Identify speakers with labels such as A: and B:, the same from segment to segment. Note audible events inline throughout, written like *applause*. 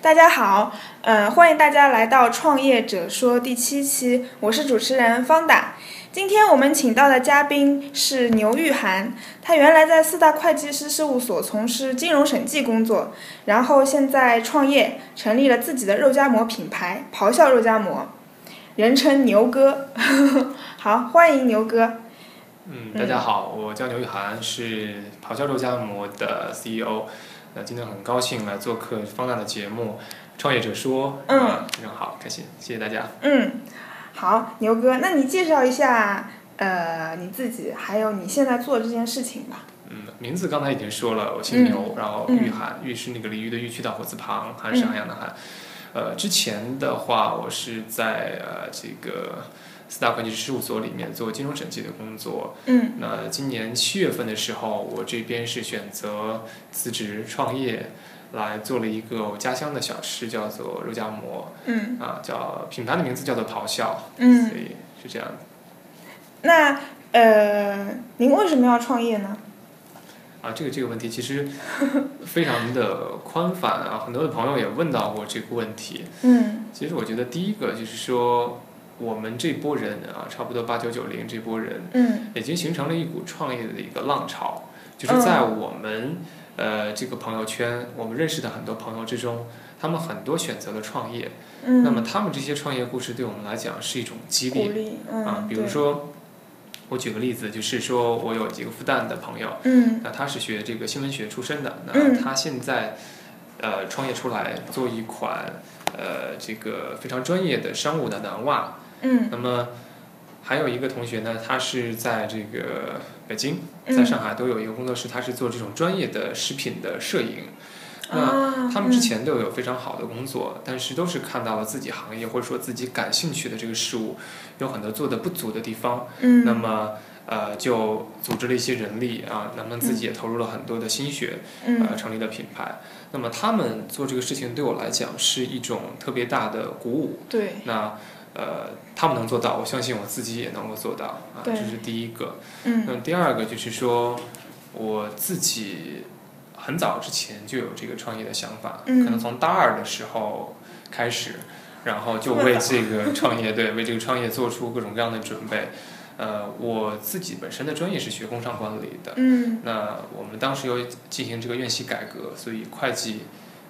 A: 大家好，嗯、欢迎大家来到《创业者说》第七期，我是主持人方达。今天我们请到的嘉宾是牛玉涵，他原来在四大会计师事务所从事金融审计工作，然后现在创业，成立了自己的肉夹馍品牌“咆哮肉夹馍”，人称牛哥。 *laughs* 好，欢迎牛哥。
B: 嗯，大家好，我叫刘雨涵，是咆哮肉夹馍的 CEO。那今天很高兴来做客方大的节目《创业者说》，
A: 嗯
B: 啊，非常好，开心，谢谢大家。
A: 嗯，好，牛哥，那你介绍一下呃你自己，还有你现在做这件事情吧。
B: 嗯，名字刚才已经说了，我姓牛，然后
A: 嗯
B: 玉涵，玉是那个鲤鱼的玉，去掉火字旁，涵是
A: 嗯
B: 涵养的涵。呃，之前的话，我是在呃这个四大会计师事务所里面做金融审计的工作。
A: 嗯
B: 那今年七月份的时候，我这边是选择辞职创业，来做了一个我家乡的小吃，叫做肉夹馍
A: 嗯
B: 啊，叫品牌的名字叫做咆哮，
A: 嗯，
B: 所以是这样的
A: 那呃，您为什么要创业呢？
B: 啊，这个这个问题其实非常的宽泛啊，很多的朋友也问到过这个问题。
A: 嗯
B: 其实我觉得第一个就是说，我们这波人啊，差不多八九九零这波人，
A: 嗯
B: 已经形成了一股创业的一个浪潮，就是在
A: 嗯
B: 我们、呃这个朋友圈，我们认识的很多朋友之中，他们很多选择了创业。
A: 嗯，
B: 那么他们这些创业故事对我们来讲是一种激
A: 鼓
B: 励
A: 励嗯
B: 啊，比如
A: 对
B: 说。我举个例子，就是说我有几个复旦的朋友，
A: 嗯
B: 那他是学这个新闻学出身的，那
A: 嗯
B: 他现在呃创业出来做一款呃这个非常专业的商务的男袜。
A: 嗯
B: 那么还有一个同学呢，他是在这个北京，
A: 嗯
B: 在上海都有一个工作室，他是做这种专业的食品的摄影。那
A: 啊，
B: 他们之前都有非常好的工作，但是都是看到了自己行业或者说自己感兴趣的这个事物有很多做的不足的地方，
A: 嗯
B: 那么呃就组织了一些人力啊，那么自己也投入了很多的心血，
A: 嗯
B: 呃，成立了品牌。那么他们做这个事情对我来讲是一种特别大的鼓舞。
A: 对
B: 那呃，他们能做到，我相信我自己也能够做到啊，
A: 对
B: 这是第一个。
A: 嗯
B: 那第二个就是说，我自己很早之前就有这个创业的想法，
A: 嗯
B: 可能从大二的时候开始，然后就
A: 这么
B: 为
A: 早
B: 这个创业，对，为这个创业做出各种各样的准备。呃，我自己本身的专业是学工商管理的，
A: 嗯
B: 那我们当时又进行这个院系改革，所以会计、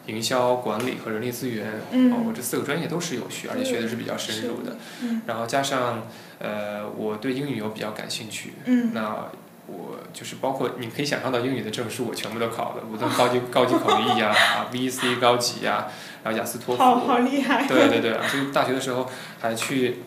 B: 营销管理和人力资源，
A: 嗯
B: 哦我这四个专业都是有学，而且学的是比较深入的。
A: 嗯
B: 然后加上呃，我对英语有比较感兴趣，
A: 嗯
B: 那我就是包括你可以想象到英语的证书，我全部都考了，无论高级高级口译呀、啊 VC 高级呀、然后雅思托
A: 好
B: 福，啊
A: 好厉害
B: 对对对，所以大学的时候还去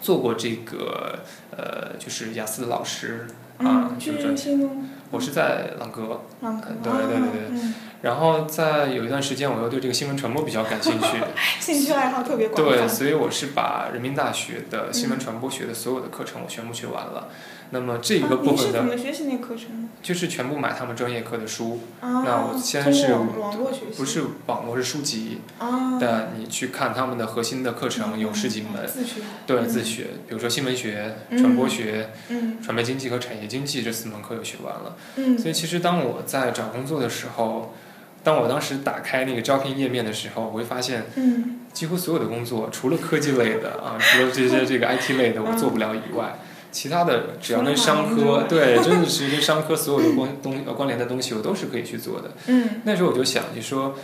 B: 做过这个呃，就是雅思的老师啊，
A: 嗯，
B: 就
A: 居
B: 是专
A: 然听懂
B: 我是在朗格，
A: 朗格
B: 对对对对
A: 对，
B: 然后在有一段时间我又对这个新闻传播比较感兴
A: *laughs*
B: 趣，
A: 嗯兴趣爱好特别广
B: 对，
A: 泛，
B: 所以我是把人民大学的新闻传播学的所有的课程我全部学完了。那么这一个
A: 啊
B: 部
A: 你是
B: 分
A: 怎
B: 呢，
A: 么学习那课程的？
B: 就是全部买他们专业课的书，
A: 啊，
B: 那我先
A: 通过
B: 是
A: 网网络学习，
B: 不是网络是书籍，
A: 啊，
B: 但你去看他们的核心的课程有十几门，
A: 自学，
B: 对
A: 嗯
B: 自学，比如说新闻学、
A: 嗯
B: 传播学、
A: 嗯
B: 传媒经济和产业经济这四门课又学完了。
A: 嗯
B: 所以其实当我在找工作的时候，当我当时打开那个招聘页面的时候，我会发现。
A: 嗯
B: 几乎所有的工作，除了科技类的啊，除了这些这个 IT 类的我做不了以外，其他的只要跟商
A: 嗯除了马
B: 科
A: 云之外
B: 对，真的是跟商科所有的关东呃关联的东西，我都是可以去做的。
A: 嗯
B: 那时候我就想，就说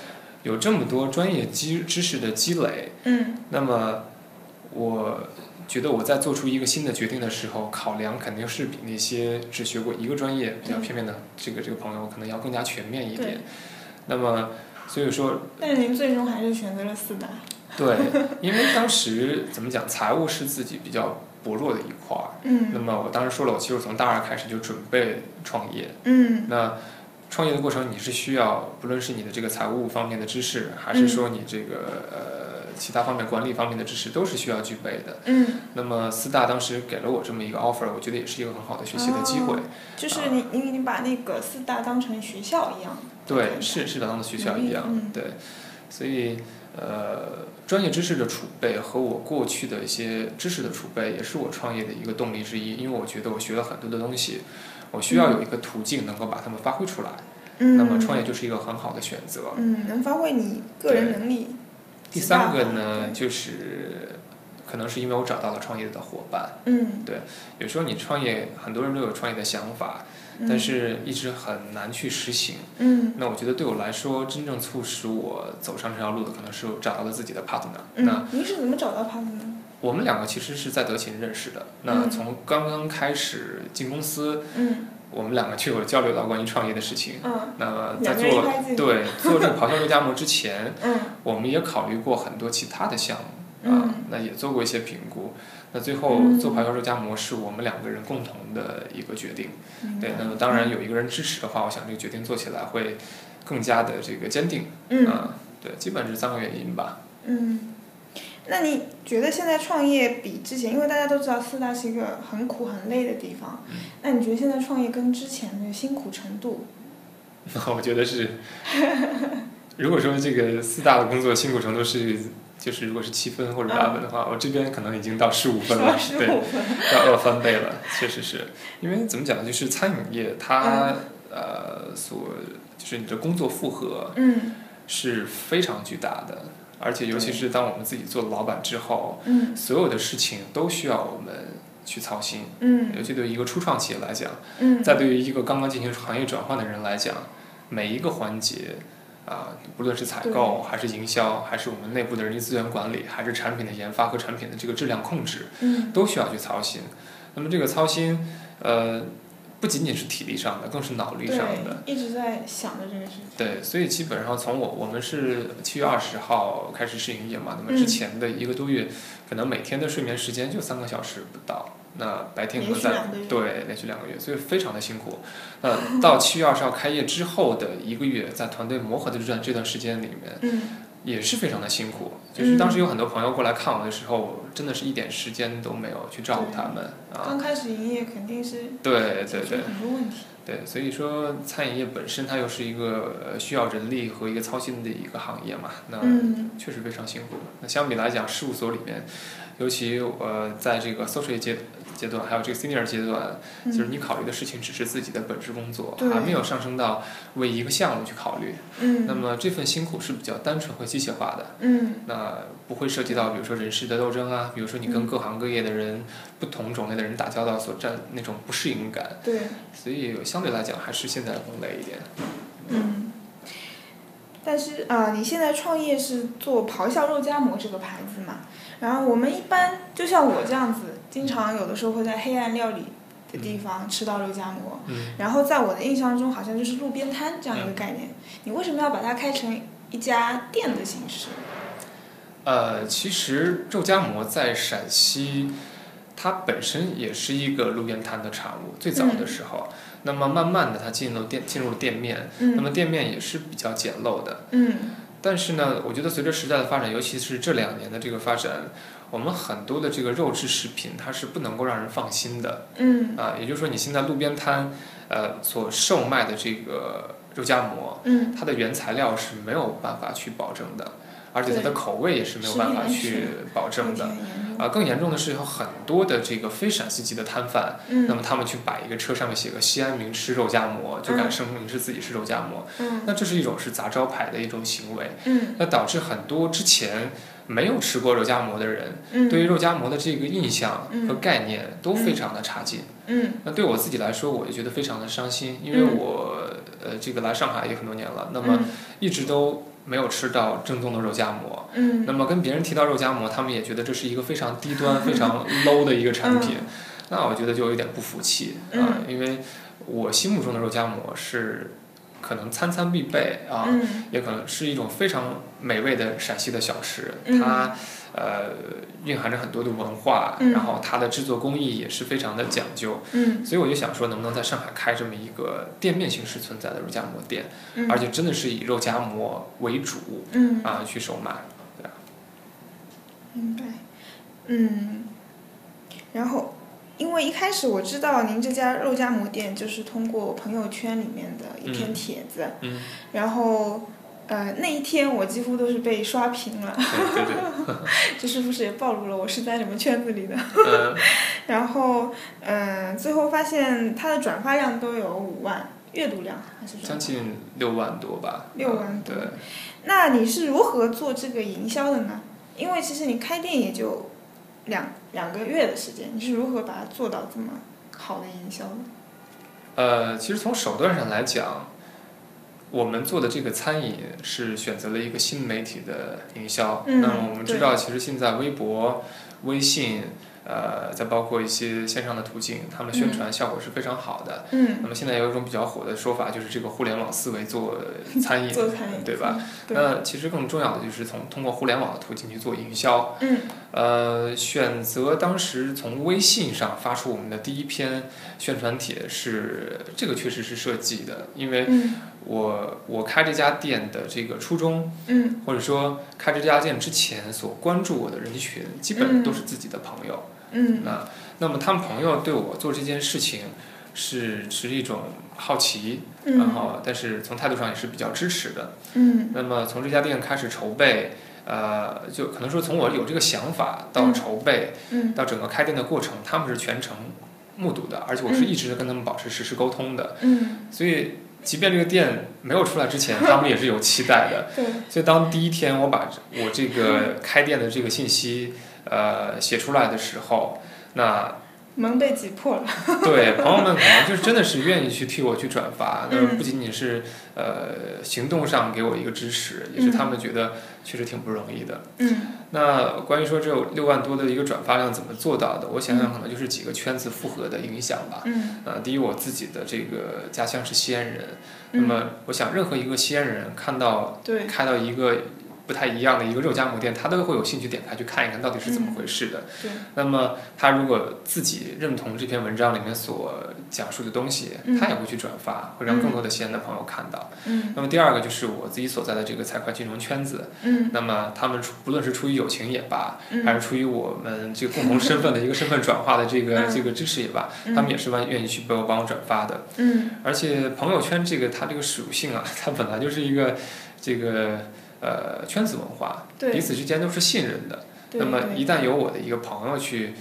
B: 有这么多专业知知识的积累，
A: 嗯
B: 那么我觉得我在做出一个新的决定的时候，考量肯定是比那些只学过一个专业比较片面的这个这个朋友可能要更加全面一点
A: 对。，
B: 那么所以说
A: 但是您最终还是选择了四大，
B: 对，因为当时怎么讲，财务是自己比较薄弱的一块儿。那
A: 嗯
B: 么我当时说了，我其实从大二开始就准备创业。
A: 嗯
B: 那创业的过程，你是需要不论是你的这个财务方面的知识，还是说你这个呃其他方面管理方面的知识，都是需要具备的。
A: 嗯，
B: 那么四大当时给了我这么一个 offer，我觉得也是一个很好的学习的机会。
A: 哦就是你你你把那个四大当成学校一样，
B: 对，是是的，当的学校一样，
A: 嗯
B: 对，所以呃，专业知识的储备和我过去的一些知识的储备，也是我创业的一个动力之一。因为我觉得我学了很多的东西，我需要有一个途径能够把它们发挥出来。那么
A: 嗯
B: 创业就是一个很好的选择。
A: 嗯，能发挥你个人能力。
B: 第三个呢，就是可能是因为我找到了创业的伙伴。
A: 嗯，
B: 有时候你创业，很多人都有创业的想法，
A: 嗯
B: 但是一直很难去实行。
A: 嗯
B: 那我觉得对我来说，真正促使我走上这条路的，可能是我找到了自己的 partner。那
A: 嗯，您是怎么找到他们的？
B: 我们两个其实是在德勤认识的。那从刚刚开始进公司，
A: 嗯
B: 我们两个就有交流到关于创业的事情。
A: 嗯
B: 那么在
A: 两个人一
B: 做呃
A: 拍即合
B: 对做这个咆哮肉夹馍之前，
A: 嗯
B: 我们也考虑过很多其他的项目啊、
A: 嗯
B: 那也做过一些评估。那最后
A: 嗯
B: 做咆哮肉夹馍是我们两个人共同的一个决定。
A: 明白
B: 啊对，那么当
A: 嗯
B: 然有一个人支持的话，我想这个决定做起来会更加的这个坚定。
A: 嗯
B: 啊，对，基本是三个原因吧。
A: 嗯。那你觉得现在创业比之前，因为大家都知道四大是一个很苦很累的地方，
B: 嗯
A: 那你觉得现在创业跟之前的辛苦程度，
B: 我觉得是，如果说这个四大的工作辛苦程度是，就是如果是七分或者八分的话，我这边可能已经到十五分了，
A: 嗯十
B: 对，
A: 五分？
B: 要要翻倍了，确实是因为怎么讲呢，就是餐饮业
A: 嗯
B: 它、呃所就是你的工作负荷
A: 嗯
B: 是非常巨大的，而且尤其是当我们自己做了老板之后，
A: 嗯
B: 所有的事情都需要我们去操心，
A: 嗯
B: 尤其对于一个初创企业来讲。
A: 嗯
B: 呃在对于一个刚刚进行行业转换的人来讲，每一个环节，啊、不论是采购还是营销，还是我们内部的人力资源管理，还是产品的研发和产品的这个质量控制，
A: 嗯
B: 都需要去操心。那么这个操心，呃，不仅仅是体力上的，更是脑力上的。
A: 对，一直在想着这个事情。
B: 对，所以基本上从我我们是七月二十号开始试营业嘛，那么
A: 嗯
B: 之前的一个多月，可能每天的睡眠时间就三个小时不到，那白天可能在
A: 连续两个月
B: 对连续两个月，所以非常的辛苦。那到七月二十号开业之后的一个月，在团队磨合的这段这段时间里面，
A: 嗯
B: 也是非常的辛苦。就是当时有很多朋友过来看我的时候，真的是一点时间都没有去照顾他们啊。
A: 刚开始营业肯定是
B: 对对
A: 解
B: 对
A: 决。很多问题。
B: 对，所以说餐饮业本身它又是一个呃需要人力和一个操心的一个行业嘛，那
A: 嗯
B: 确实非常辛苦。那相比来讲，事务所里面，尤其呃在这个 associate 阶阶段，还有这个 senior 阶段，
A: 嗯
B: 就是你考虑的事情只是自己的本职工作，
A: 对
B: 还没有上升到为一个项目去考虑。
A: 嗯
B: 那么这份辛苦是比较单纯和机械化的，
A: 嗯
B: 那不会涉及到比如说人事的斗争啊，比如说你跟
A: 嗯
B: 各行各业的人、不同种类的人打交道所占那种不适应感。
A: 对
B: 所以相对来讲还是现在更累一点。
A: 嗯。但是啊、你现在创业是做咆哮肉夹馍这个牌子嘛？然后我们一般就像我这样子，经常有的时候会在黑暗料理的地方吃到肉夹馍。
B: 嗯，
A: 然后在我的印象中，好像就是路边摊这样一个概念。你为什么要把它开成一家店的形式？
B: 呃，其实肉夹馍在陕西，它本身也是一个路边摊的产物，最早的
A: 嗯
B: 时候。那么慢慢的，它进入店进入了店面，那
A: 嗯
B: 么店面也是比较简陋的。
A: 嗯
B: 但是呢，我觉得随着时代的发展，尤其是这两年的这个发展，我们很多的这个肉制食品，它是不能够让人放心的。
A: 嗯
B: 啊、也就是说，你现在路边摊，呃，所售卖的这个肉夹馍，
A: 嗯
B: 它的原材料是没有办法去保证的，而且它的口味也是没有办法去保证的。
A: 的。
B: 啊、更严重的是有很多的这个非陕西籍的摊贩，那
A: 嗯
B: 么他们去摆一个车，上面写个“西安名吃肉夹馍”，就敢声明是自己是肉夹馍，
A: 嗯
B: 那这是一种是砸招牌的一种行为，
A: 嗯
B: 那导致很多之前没有吃过肉夹馍的人，
A: 嗯，
B: 对于肉夹馍的这个印象
A: 嗯
B: 和概念都非常的差劲。
A: 嗯
B: 那对我自己来说，我就觉得非常的伤心，因为
A: 嗯
B: 我呃这个来上海也很多年了，那么
A: 嗯
B: 一直都没有吃到正宗的肉夹馍。
A: 嗯
B: 那么跟别人提到肉夹馍，他们也觉得这是一个非常低端、非常
A: *laughs*
B: low 的一个
A: 嗯
B: 产品。那我觉得就有点不服气啊，因为我心目中的肉夹馍是可能餐餐必备啊，
A: 嗯
B: 也可能是一种非常美味的陕西的小吃，
A: 嗯
B: 它呃蕴含着很多的文化，
A: 嗯
B: 然后它的制作工艺也是非常的讲究，
A: 嗯
B: 所以我就想说能不能在上海开这么一个店面形式存在的肉夹馍店，
A: 嗯，
B: 而且真的是以肉夹馍为主
A: 嗯
B: 啊去售卖。
A: 明白，嗯，然后因为一开始我知道您这家肉夹馍店就是通过朋友圈里面的一篇
B: 嗯
A: 帖子，
B: 嗯，
A: 然后呃那一天我几乎都是被刷屏了，
B: 对对对，
A: 这是不是也暴露了我是在什么圈子里的？ *laughs*
B: 呃，
A: 然后嗯、呃最后发现它的转发量都有五万，阅读量还是多少
B: 将近六万多吧。
A: 六万多
B: 对，
A: 那你是如何做这个营销的呢？因为其实你开店也就两两个月的时间，你是如何把它做到这么好的营销的？
B: 呃，其实从手段上来讲，我们做的这个餐饮是选择了一个新媒体的营销。
A: 嗯
B: 那么我们
A: 对
B: 知道，其实现在微博、微信，呃，再包括一些线上的途径，他们宣传效果是非常好的。
A: 嗯，
B: 那么现在有一种比较火的说法，就是这个互联网思维做餐
A: *laughs*
B: 饮，
A: 做餐饮
B: 嗯对吧？？
A: 对
B: 那其实更重要的就是从通过互联网的途径去做营销。
A: 嗯
B: 呃，选择当时从微信上发出我们的第一篇宣传帖是这个，确实是设计的，因为
A: 嗯
B: 我我开这家店的这个初衷，
A: 嗯
B: 或者说开这家店之前所关注我的人群，基本都是自己的朋友。
A: 嗯
B: 那那么他们朋友对我做这件事情是持一种好奇，
A: 嗯，
B: 然后但是从态度上也是比较支持的。
A: 嗯
B: 那么从这家店开始筹备，呃，就可能说从我有这个想法到
A: 嗯
B: 筹备，
A: 嗯
B: 到整个开店的过程，他们是全程目睹的，而且我是一直跟他们保持实时沟通的，
A: 嗯，
B: 所以。即便这个店没有出来之前，他们也是有期待的。
A: 对，
B: 所以当第一天我把我这个开店的这个信息，呃，写出来的时候，那
A: 门被挤破了。
B: 对朋友们可能就真的是愿意去替我去转发，那
A: 嗯
B: 不仅仅是呃行动上给我一个支持，也是他们觉得确实挺不容易的。
A: 嗯
B: 那关于说这有六万多的一个转发量怎么做到的，我想想可能就是几个圈子复合的影响吧。
A: 嗯
B: 呃，第一，我自己的这个家乡是西安人，那
A: 嗯，
B: 么我想任何一个西安人看到
A: 对，
B: 开到一个不太一样的一个肉夹馍店，他都会有兴趣点开去看一看到底是
A: 嗯
B: 怎么回事的。
A: 对，
B: 那么他如果自己认同这篇文章里面所讲述的东西，
A: 嗯
B: 他也会去转发，会让更多的西安的朋友看到。
A: 嗯
B: 那么第二个就是我自己所在的这个财会金融圈子，
A: 嗯
B: 那么他们出不论是出于友情也罢，还
A: 嗯，
B: 是出于我们这个共同身份的一个身份转化的这个
A: 嗯
B: 这个支持也罢，他们也是愿愿意去帮我帮我转发的。
A: 嗯
B: 而且朋友圈这个它这个属性啊，它本来就是一个这个呃圈子文化，
A: 对
B: 彼此之间都是信任的。
A: 对
B: 那么
A: 对
B: 一旦有我的一个朋友去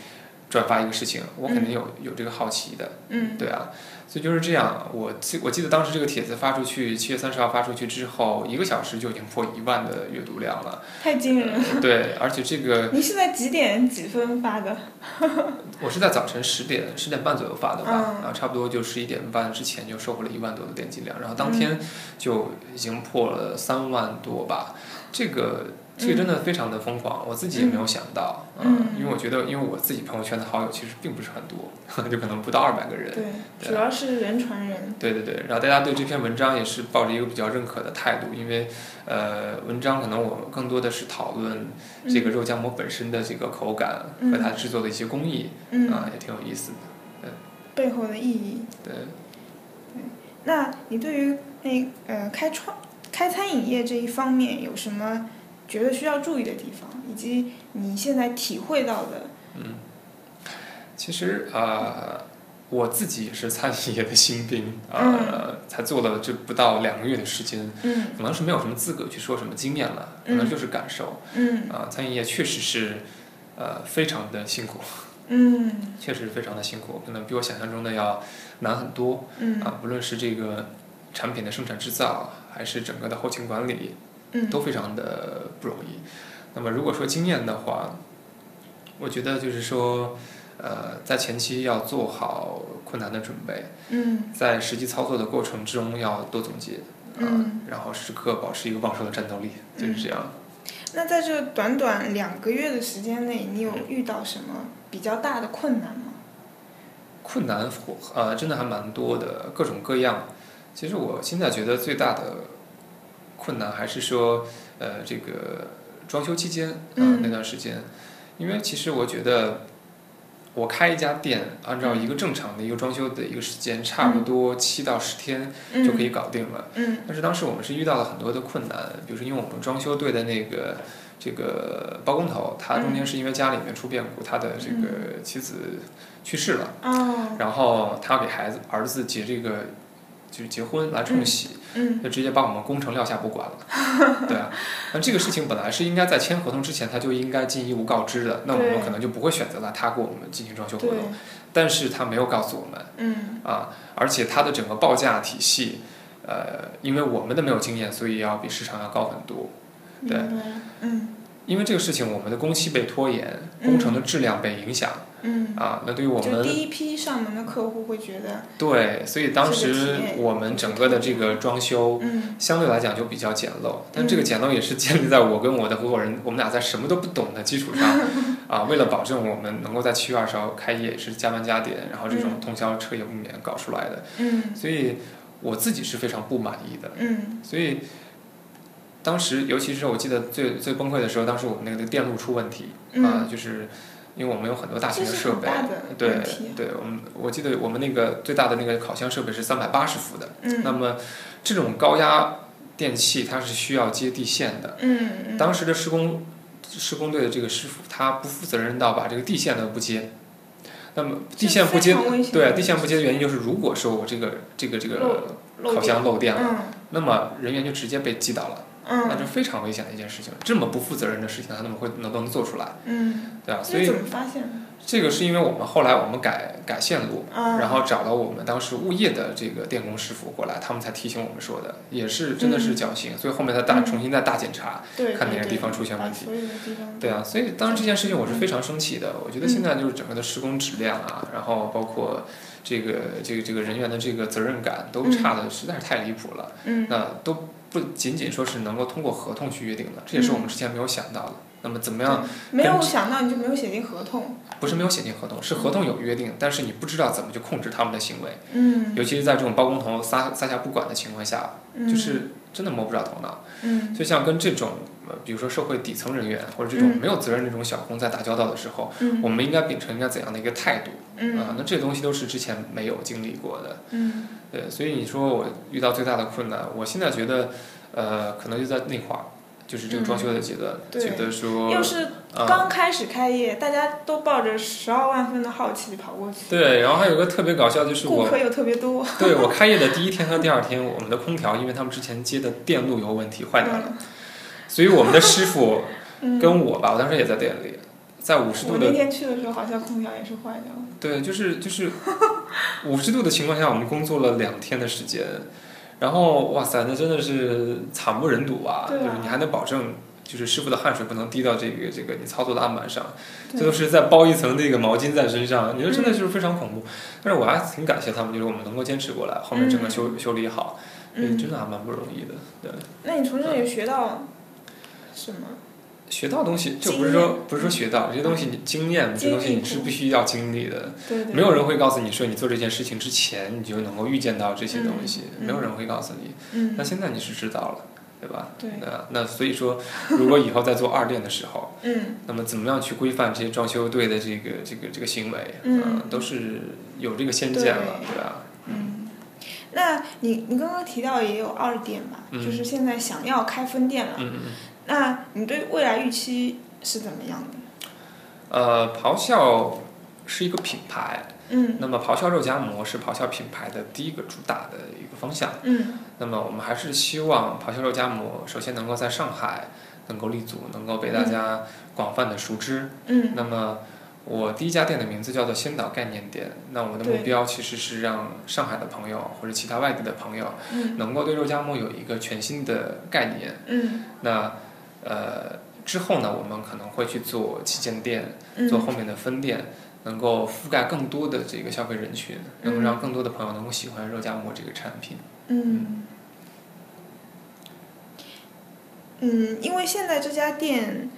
B: 转发一个事情，我肯定有、有这个好奇的，
A: 嗯
B: 对啊，所以就是这样。我记我记得当时这个帖子发出去，七月三十号发出去之后，一个小时就已经破一万的阅读量
A: *laughs*
B: 了。
A: 太惊人了。
B: 对，而且这个
A: 你是在几点几分发的？
B: 我是在早晨十点十点半左右发的吧，
A: 嗯
B: 然后差不多就十一点半之前就收获了一万多的点击量，然后
A: 嗯
B: 当天就已经破了三万多吧，这个。这个真的非常的疯狂，我自己也没有想到，
A: 嗯
B: 因为我觉得，因为我自己朋友圈的好友其实并不是很多， *laughs* 就可能不到二百个人，
A: 对，
B: 对
A: 主要是人传人。
B: 对对对，然后大家对这篇文章也是抱着一个比较认可的态度，因为呃，文章可能我们更多的是讨论这个肉夹馍本身的这个口感
A: 嗯
B: 和它制作的一些工艺，
A: 嗯，
B: 啊，也挺有意思的。
A: 背后的意义。
B: 对，
A: 那你对于那呃开创开餐饮业这一方面有什么觉得需要注意的地方，以及你现在体会到的？
B: 其实啊、呃我自己也是餐饮业的新兵啊、呃才做了这不到两个月的时间，
A: 嗯
B: 可能是没有什么资格去说什么经验了，可能就是感受
A: 嗯
B: 啊、餐饮业确实是呃非常的辛苦，
A: 嗯
B: 确实非常的辛苦，可能比我想象中的要难很多。
A: 嗯
B: 啊，不论是这个产品的生产制造，还是整个的后勤管理，
A: 嗯，
B: 都非常的不容易。那么如果说经验的话，我觉得就是说，呃，在前期要做好困难的准备，
A: 嗯
B: 在实际操作的过程中要多总结，啊、
A: 嗯
B: 然后时刻保持一个旺盛的战斗力，就是这样。
A: 那在这短短两个月的时间内，你有遇到什么比较大的困难吗？
B: 困难呃，真的还蛮多的，各种各样。其实我现在觉得最大的困难还是说，呃，这个装修期间，呃
A: 嗯，
B: 那段时间，因为其实我觉得，我开一家店，按照一个正常的一个装修的一个时间，差不多七到十天就可以搞定了。
A: 嗯
B: 但是当时我们是遇到了很多的困难，比如说因为我们装修队的那个这个包工头，他中间是因为家里面出变故，他的这个妻子去世了。
A: 嗯哦
B: 然后他给孩子儿子结这个就是结婚来冲喜，
A: 嗯
B: 就直接把我们工程撂下不管了。对
A: *laughs*
B: 啊，那这个事情本来是应该在签合同之前他就应该尽义务告知的，那我们
A: 对
B: 可能就不会选择了他给我们进行装修活
A: 对
B: 动，，但是他没有告诉我们
A: 嗯
B: 啊，而且他的整个报价体系，呃，因为我们的没有经验，所以要比市场要高很多。对
A: 明白嗯
B: 因为这个事情，我们的工期被拖延，工程的质量被影响、
A: 嗯，
B: 啊。那对于我
A: 就
B: 们
A: 第一批上门的客户会觉得，
B: 对，所以当
A: 这个
B: 时
A: 体验
B: 我们整个的这个装修
A: 嗯
B: 相对来讲就比较简陋，但这个简陋也是建立在我跟我的合伙人，我们俩在什么都不懂的基
A: *laughs*
B: 础上啊，为了保证我们能够在七月二十号开业，也是加班加点，然后这种通宵彻夜不眠搞出来的，
A: 嗯
B: 所以我自己是非常不满意的。
A: 嗯
B: 所以当时，尤其是我记得最最崩溃的时候，当时我们那个电路出问题啊、
A: 嗯，
B: 就是因为我们有很多大型
A: 这
B: 的
A: 是
B: 设
A: 很
B: 备，
A: 大的
B: 对
A: 问题，
B: 对，我们我记得我们那个最大的那个烤箱设备是三百八十伏的，那
A: 嗯
B: 么这种高压电器它是需要接地线的，
A: 嗯嗯，
B: 当时的施工施工队的这个师傅他不负责任到把这个地线都不接。那么地线不接
A: 这非常危，险
B: 对
A: 的
B: 地线不接的原因就是，如果说我这个这个这个
A: 漏
B: 烤箱漏电了，
A: 嗯
B: 那么人员就直接被击倒了，啊那
A: 嗯
B: 是非常危险的一件事情。这么不负责任的事情，他怎么会能都能做出来，
A: 嗯，
B: 对吧？啊所
A: 这
B: 以
A: 怎么发现的？
B: 这个是因为我们后来我们改改线路，
A: 啊，
B: 然后找到我们当时物业的这个电工师傅过来，他们才提醒我们说的，也是真的是侥幸，所以后面再大
A: 嗯
B: 重新再大检查，
A: 对
B: 看哪个地
A: 对
B: 方出现
A: 把
B: 问题。
A: 所有的地方，
B: 对啊，所以当然这件事情我是非常生气的。我
A: 嗯
B: 觉得现在就是整个的施工质量啊，然后包括这个这个这个人员的这个责任感都差的实在是太离谱了。
A: 嗯
B: 那都不仅仅说是能够通过合同去约定的，这也是
A: 嗯
B: 我们之前没有想到的。那么怎么样？
A: 没有想到你就没有写进合同，
B: 不是没有写进合同，是合同有约定，但是你不知道怎么去控制他们的行为，
A: 嗯，
B: 尤其是在这种包工头撒撒下不管的情况下，
A: 嗯
B: 就是真的摸不着头脑。
A: 嗯
B: 就像跟这种呃，比如说社会底层人员或者这种
A: 嗯
B: 没有责任的这种小工在打交道的时候，
A: 嗯
B: 我们应该秉承应该怎样的一个态度啊、
A: 嗯
B: 那这些东西都是之前没有经历过的。
A: 嗯
B: 对，所以你说我遇到最大的困难，我现在觉得，呃，可能就在那会儿，就是这个装修的阶段，
A: 嗯对
B: 觉得说，
A: 又是
B: 啊、
A: 刚开始开业，大家都抱着十二万分的好奇跑过去，
B: 对，然后还有一个特别搞笑，就是
A: 顾
B: 我
A: 客又特别多， *laughs*
B: 对我开业的第一天和第二天，我们的空调因为他们之前接的电路有问题坏掉了，所以我们的师傅
A: *laughs* 嗯，
B: 跟我吧，我当时也在店里，在五十
A: 我
B: 度
A: 那
B: 的，
A: 天去的时候好像空调也是坏掉了，
B: 对，就是就是五十度的情况下，我们工作了两天的时间，然后哇塞，那真的是惨不忍睹啊！
A: 对啊
B: 就是你还能保证。就是师傅的汗水不能滴到这个这个你操作的案板上，这
A: 对嗯
B: 都是在包一层这个毛巾在身上，你说真的是非常恐怖。但是我还挺感谢他们，就是我们能够坚持过来，后面整个修、修理好，对，啊
A: 嗯，
B: 真的还蛮不容易的。对，
A: 那你从这里学到什么？
B: 学到东西，这
A: 经
B: 不是
A: 验
B: 说不是说学到，这些东西你经验，这些东西你是必须要经历的。
A: 对对，
B: 没有人会告诉你说你做这件事情之前你就能够预见到这些东西，
A: 嗯嗯
B: 没有人会告诉你。
A: 嗯
B: 那，现在你是知道了，对吧？
A: 对
B: 那那所以说，如果以后在做二店的时
A: *laughs*
B: 候，
A: 嗯
B: 那么怎么样去规范这些装修队的这个这个这个行为？啊
A: 嗯
B: 都是有这个先见了，对吧？
A: 嗯。那你你刚刚提到也有二店吧，
B: 嗯
A: 就是现在想要开分店了，
B: 嗯嗯嗯。
A: 那你对未来预期是怎么样的？
B: 呃，咆哮是一个品牌，
A: 嗯
B: 那么咆哮肉夹馍是咆哮品牌的第一个主打的一个方向。
A: 嗯
B: 那么我们还是希望咆哮肉夹馍首先能够在上海能够立足，能够被大家广泛的熟知。
A: 嗯
B: 那么我第一家店的名字叫做先导概念店。那我的目
A: 对
B: 标其实是让上海的朋友或者其他外地的朋友
A: 嗯
B: 能够对肉夹馍有一个全新的概念。
A: 嗯
B: 那呃之后呢，我们可能会去做旗舰店，
A: 嗯，
B: 做后面的分店，能够覆盖更多的这个消费人群，能够让更多的朋友能够喜欢肉夹馍这个产品。
A: 嗯，嗯，因为现在这家店，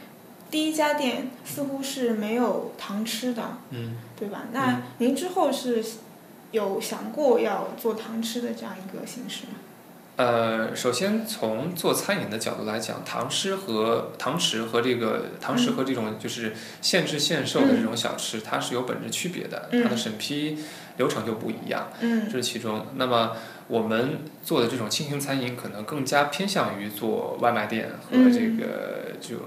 A: 第一家店似乎是没有糖吃的，
B: 嗯，
A: 对吧？那您之后是有想过要做糖吃的这样一个形式吗？
B: 呃，首先从做餐饮的角度来讲，堂食和堂食和这个堂食和这种就是现制现售的这种小吃，它是有本质区别的，它的
A: 嗯
B: 审批流程就不一样。这
A: 嗯
B: 是其中。那么我们做的这种轻型餐饮，可能更加偏向于做外卖店和
A: 嗯
B: 这个就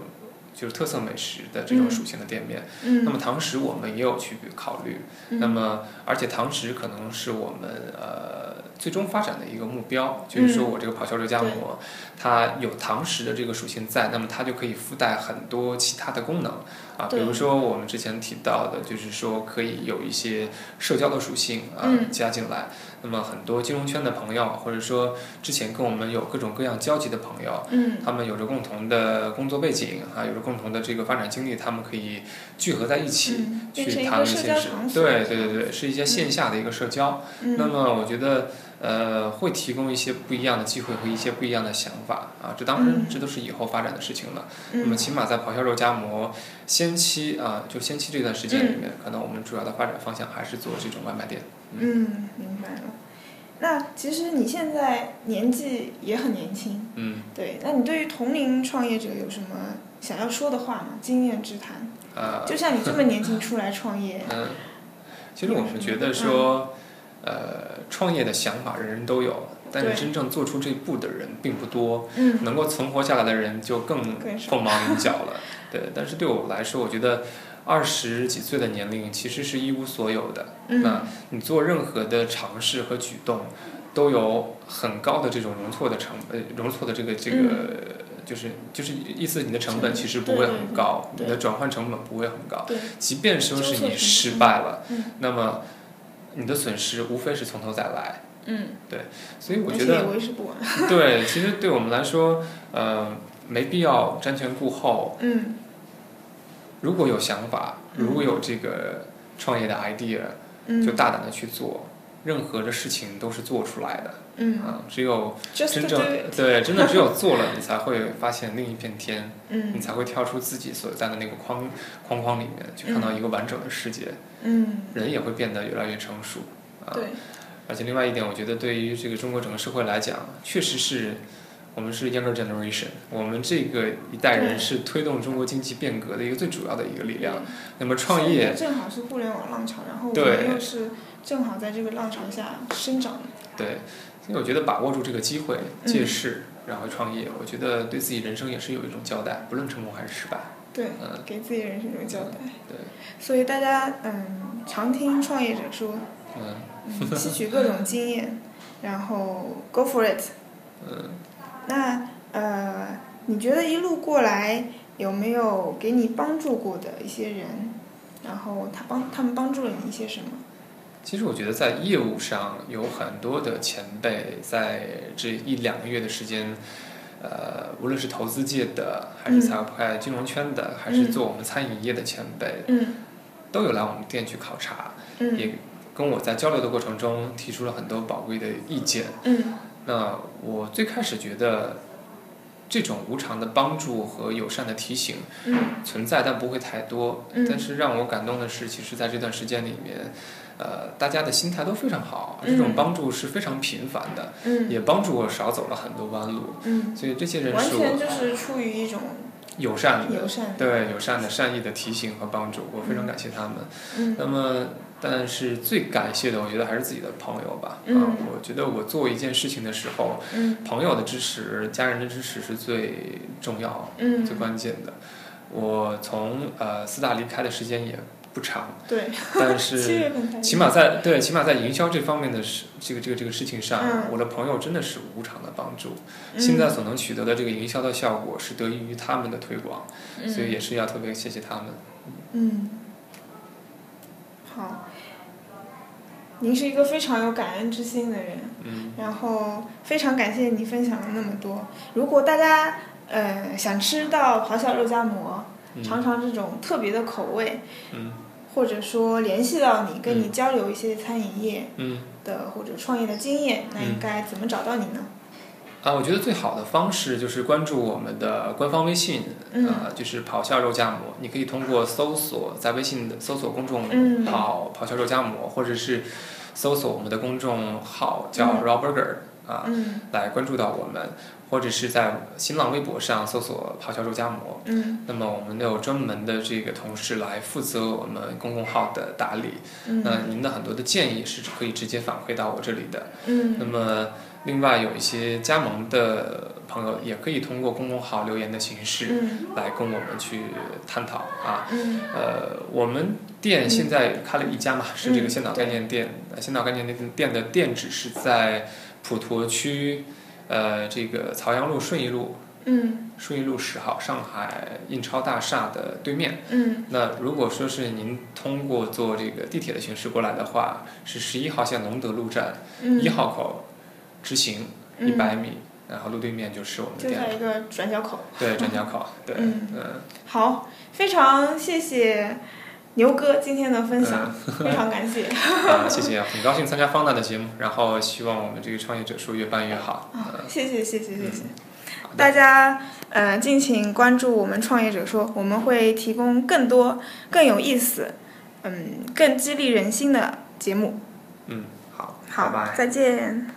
B: 就是特色美食的这种
A: 嗯
B: 属性的店面。
A: 嗯，
B: 那么堂食我们也有去考虑。
A: 嗯
B: 那么而且堂食可能是我们呃最终发展的一个目标，就是
A: 嗯
B: 说我这个咆哮热荚膜，它有堂食的这个属性在，那么它就可以附带很多其他的功能啊，比
A: 对
B: 如说我们之前提到的，就是说可以有一些社交的属性啊
A: 嗯
B: 加进来。那么很多金融圈的朋友，或者说之前跟我们有各种各样交集的朋友，
A: 嗯
B: 他们有着共同的工作背景啊，有着共同的这个发展经历，他们可以聚合在一起。
A: 嗯，变成
B: 去
A: 一
B: 谈
A: 个
B: 论
A: 社
B: 一
A: 交
B: 些事
A: 场，所。
B: 对对对对，是一些线下的一个社交。那
A: 嗯
B: 么我觉得，呃，会提供一些不一样的机会和一些不一样的想法啊，这当然
A: 嗯
B: 这都是以后发展的事情了。那么
A: 嗯
B: 起码在咆哮肉夹馍先期啊，就先期这段时间里面，可能我们主要的发展方向还是做这种外卖店。
A: 嗯，明白了。那其实你现在年纪也很年轻，
B: 嗯。
A: 对，那你对于同龄创业者有什么想要说的话吗？经验之谈，
B: 啊，
A: 就像你这么年轻出来创
B: *laughs*
A: 业，
B: 嗯，其实我们觉
A: 嗯
B: 得说，呃，创业的想法人人都有，但是
A: 对
B: 真正做出这一步的人并不多，
A: 嗯
B: 能够存活下来的人就更
A: 更少
B: 凤毛麟角
A: *laughs*
B: 了。对，但是对我来说，我觉得二十几岁的年龄其实是一无所有的。那
A: 嗯
B: 你做任何的尝试和举动，都有很高的这种容错的成呃容错的这个这个。
A: 嗯
B: 就是就是意思，你的成本
A: 成
B: 其实不
A: 对
B: 会很高，
A: 对
B: 你的转换成本不会很高。
A: 对，
B: 即便说
A: 纠
B: 是
A: 错
B: 你
A: 成
B: 失
A: 本
B: 败了，
A: 嗯
B: 那么你的损失无非是从头再来。
A: 嗯，
B: 所以我
A: 而
B: 觉
A: 且也
B: 得，
A: 为时不晚，
B: *laughs* 对，其实对我们来说，呃，没必要瞻前顾后。
A: 嗯
B: 如果有想法，
A: 嗯
B: 如果有这个创业的 idea，、
A: 嗯
B: 就大胆的去做。任何的事情都是做出来的
A: 嗯
B: 啊，只有
A: ，just
B: 真
A: do
B: 正
A: it，
B: 对，真的只有做了，你才会发现另一片天，你
A: *laughs* 嗯
B: 才会跳出自己所在的那个框框框里面，去看到一个完整的世界。
A: 嗯，
B: 人也会变得越来越成熟啊。
A: 对，
B: 而且另外一点，我觉得对于这个中国整个社会来讲，确实是我们是 younger generation，我们这个一代
A: 对
B: 人是推动中国经济变革的一个最主要的一个力量。那么创业，
A: 正好是互联网浪潮，然后我
B: 对
A: 们又是正好在这个浪潮下生长的，
B: 对，所以我觉得把握住这个机会，
A: 嗯
B: 借势。然后创业，我觉得对自己人生也是有一种交代，不论成功还是失败。
A: 对，
B: 嗯，
A: 给自己人生一种交代。
B: 对，
A: 所以大家嗯，常听创业者说，
B: 嗯 *laughs*
A: 嗯，吸取各种经验，然后 go for it。
B: 嗯，
A: 那呃，你觉得一路过来有没有给你帮助过的一些人？然后他帮他们帮助了你一些什么？
B: 其实我觉得在业务上有很多的前辈在这一两个月的时间，呃，无论是投资界的，还
A: 嗯
B: 是财会金融圈的，还是
A: 嗯
B: 做我们餐饮业的前辈，
A: 嗯
B: 都有来我们店去考察，
A: 嗯
B: 也跟我在交流的过程中提出了很多宝贵的意见。
A: 嗯
B: 那我最开始觉得，这种无偿的帮助和友善的提醒
A: 嗯
B: 存在，但不会太多。
A: 嗯
B: 但是让我感动的是，其实在这段时间里面，呃，大家的心态都非常好，
A: 嗯
B: 这种帮助是非常频繁的，
A: 嗯
B: 也帮助我少走了很多弯路。
A: 嗯，
B: 所以这些人
A: 完
B: 是
A: 全就
B: 我
A: 是出于一种
B: 友善的，
A: 友善的，
B: 对友善的、善意的提醒和帮助，我非常感谢他们。
A: 嗯
B: 那么，但是最感谢的，我觉得还是自己的朋友吧。
A: 嗯
B: 啊我觉得我做一件事情的时候，
A: 嗯
B: 朋友的支持、家人的支持是最重要、
A: 嗯
B: 最，关键的。我从呃四大离开的时间也不长，
A: 对，
B: 但
A: 七
B: 是
A: 月份才
B: 起码在对起码在营销这方面的事这个这个这个事情上，
A: 嗯
B: 我的朋友真的是无偿的帮助。现在所能取得的这个营销的效果是得益于他们的推广，
A: 嗯
B: 所以也是要特别谢谢他们。
A: 嗯，好，您是一个非常有感恩之心的人，
B: 嗯，
A: 然后非常感谢你分享了那么多。如果大家呃想吃到咆哮肉夹馍，
B: 嗯
A: 尝尝这种特别的口味，
B: 嗯
A: 或者说联系到你，跟
B: 嗯
A: 你交流一些餐饮业
B: 嗯。
A: 的或者创业的经验，那应该怎么找到你呢？
B: 啊，我觉得最好的方式就是关注我们的官方微信，
A: 嗯
B: 啊，就是咆哮肉夹馍。你可以通过搜索在微信的搜索公众
A: 嗯
B: 号“咆哮肉夹馍”，或者是搜索我们的公众号叫
A: 嗯
B: “raw burger”、啊，
A: 嗯
B: 来关注到我们，或者是在新浪微博上搜索“咆哮肉夹馍”。
A: 嗯
B: 那么我们都有专门的这个同事来负责我们公共号的打理。
A: 嗯
B: 那您的很多的建议是可以直接反馈到我这里的。
A: 嗯
B: 那么另外有一些加盟的朋友也可以通过公众号留言的形式
A: 嗯
B: 来跟我们去探讨啊。
A: 嗯
B: 呃，我们店现在开了一家嘛，是这个
A: 嗯
B: 先导概念店。呃先导概念店店的店址是在普陀区，呃，这个朝阳路顺义路
A: 嗯
B: 顺义路十号，上海印钞大厦的对面。
A: 嗯
B: 那如果说是您通过坐这个地铁的形式过来的话，是十一号线隆德路站
A: 嗯，
B: 一号口直行
A: 嗯
B: 一百米，然后路对面就是我们的
A: 就
B: 店，
A: 在一个转角口。
B: 对转角口，对，
A: 嗯
B: 嗯，
A: 好，非常谢谢牛哥今天的分享，非常感谢。
B: *laughs* 啊，谢谢，很高兴参加方娜的节目，然后希望我们这个创业者树越办越好。
A: 啊，谢谢谢谢谢谢，
B: 好的
A: 大家呃敬请关注我们创业者说，我们会提供更多更有意思，嗯，更激励人心的节目。
B: 嗯，好，
A: 好，
B: 拜拜。
A: 再见。